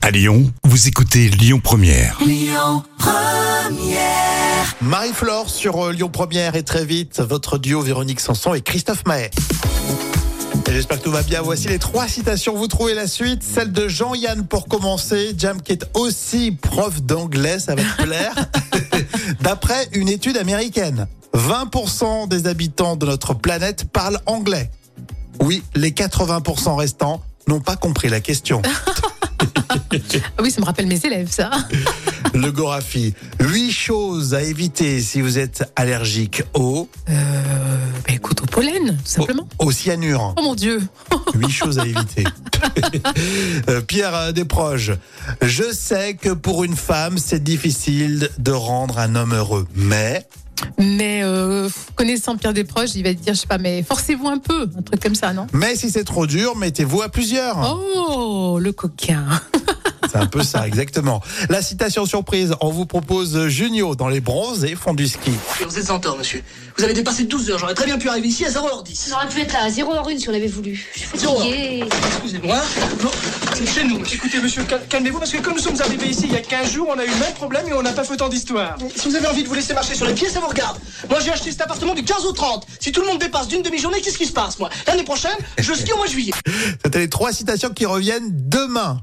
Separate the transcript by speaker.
Speaker 1: À Lyon, vous écoutez Lyon Première.
Speaker 2: Marie-Flore sur euh, Lyon Première et très vite votre duo Véronique Sanson et Christophe Mahé. Et J'espère que tout va bien. Voici les trois citations. Vous trouvez la suite. Celle de Jean-Yann pour commencer. Jam qui est aussi prof d'anglais, ça va te plaire. D'après une étude américaine, 20% des habitants de notre planète parlent anglais. Oui, les 80% restants n'ont pas compris la question.
Speaker 3: Ah oui, ça me rappelle mes élèves, ça.
Speaker 2: Le Gorafi. Huit choses à éviter si vous êtes allergique au,
Speaker 3: Euh, bah écoute, au pollen, tout simplement.
Speaker 2: au cyanure.
Speaker 3: Oh mon Dieu.
Speaker 2: Huit choses à éviter. Euh, Pierre euh, Desproges, je sais que pour une femme, c'est difficile de rendre un homme heureux, mais
Speaker 3: Mais euh, connaissant Pierre Desproges, il va te dire, je sais pas, mais forcez-vous un peu, un truc comme ça, non
Speaker 2: mais si c'est trop dur, mettez-vous à plusieurs.
Speaker 3: Oh, le coquin.
Speaker 2: C'est un peu ça, exactement. La citation surprise, on vous propose Junio dans les bronzes et fond du ski.
Speaker 4: Vous êtes sans tort, monsieur. Vous avez dépassé 12 heures. J'aurais très bien pu arriver ici à 0h10.
Speaker 5: J'aurais pu être là à 0h01 si on avait voulu. Je suis fatiguée.
Speaker 4: Excusez-moi. Non, c'est chez nous.
Speaker 6: Écoutez, monsieur, cal- calmez-vous, parce que comme nous sommes arrivés ici il y a 15 jours, on a eu le même problème et on n'a pas fait tant d'histoire.
Speaker 4: Si vous avez envie de vous laisser marcher sur les pieds, ça vous regarde. Moi, j'ai acheté cet appartement du 15 au 30. Si tout le monde dépasse d'une demi-journée, qu'est-ce qui se passe, moi L'année prochaine, je skie au mois de juillet.
Speaker 2: C'était les trois citations qui reviennent demain.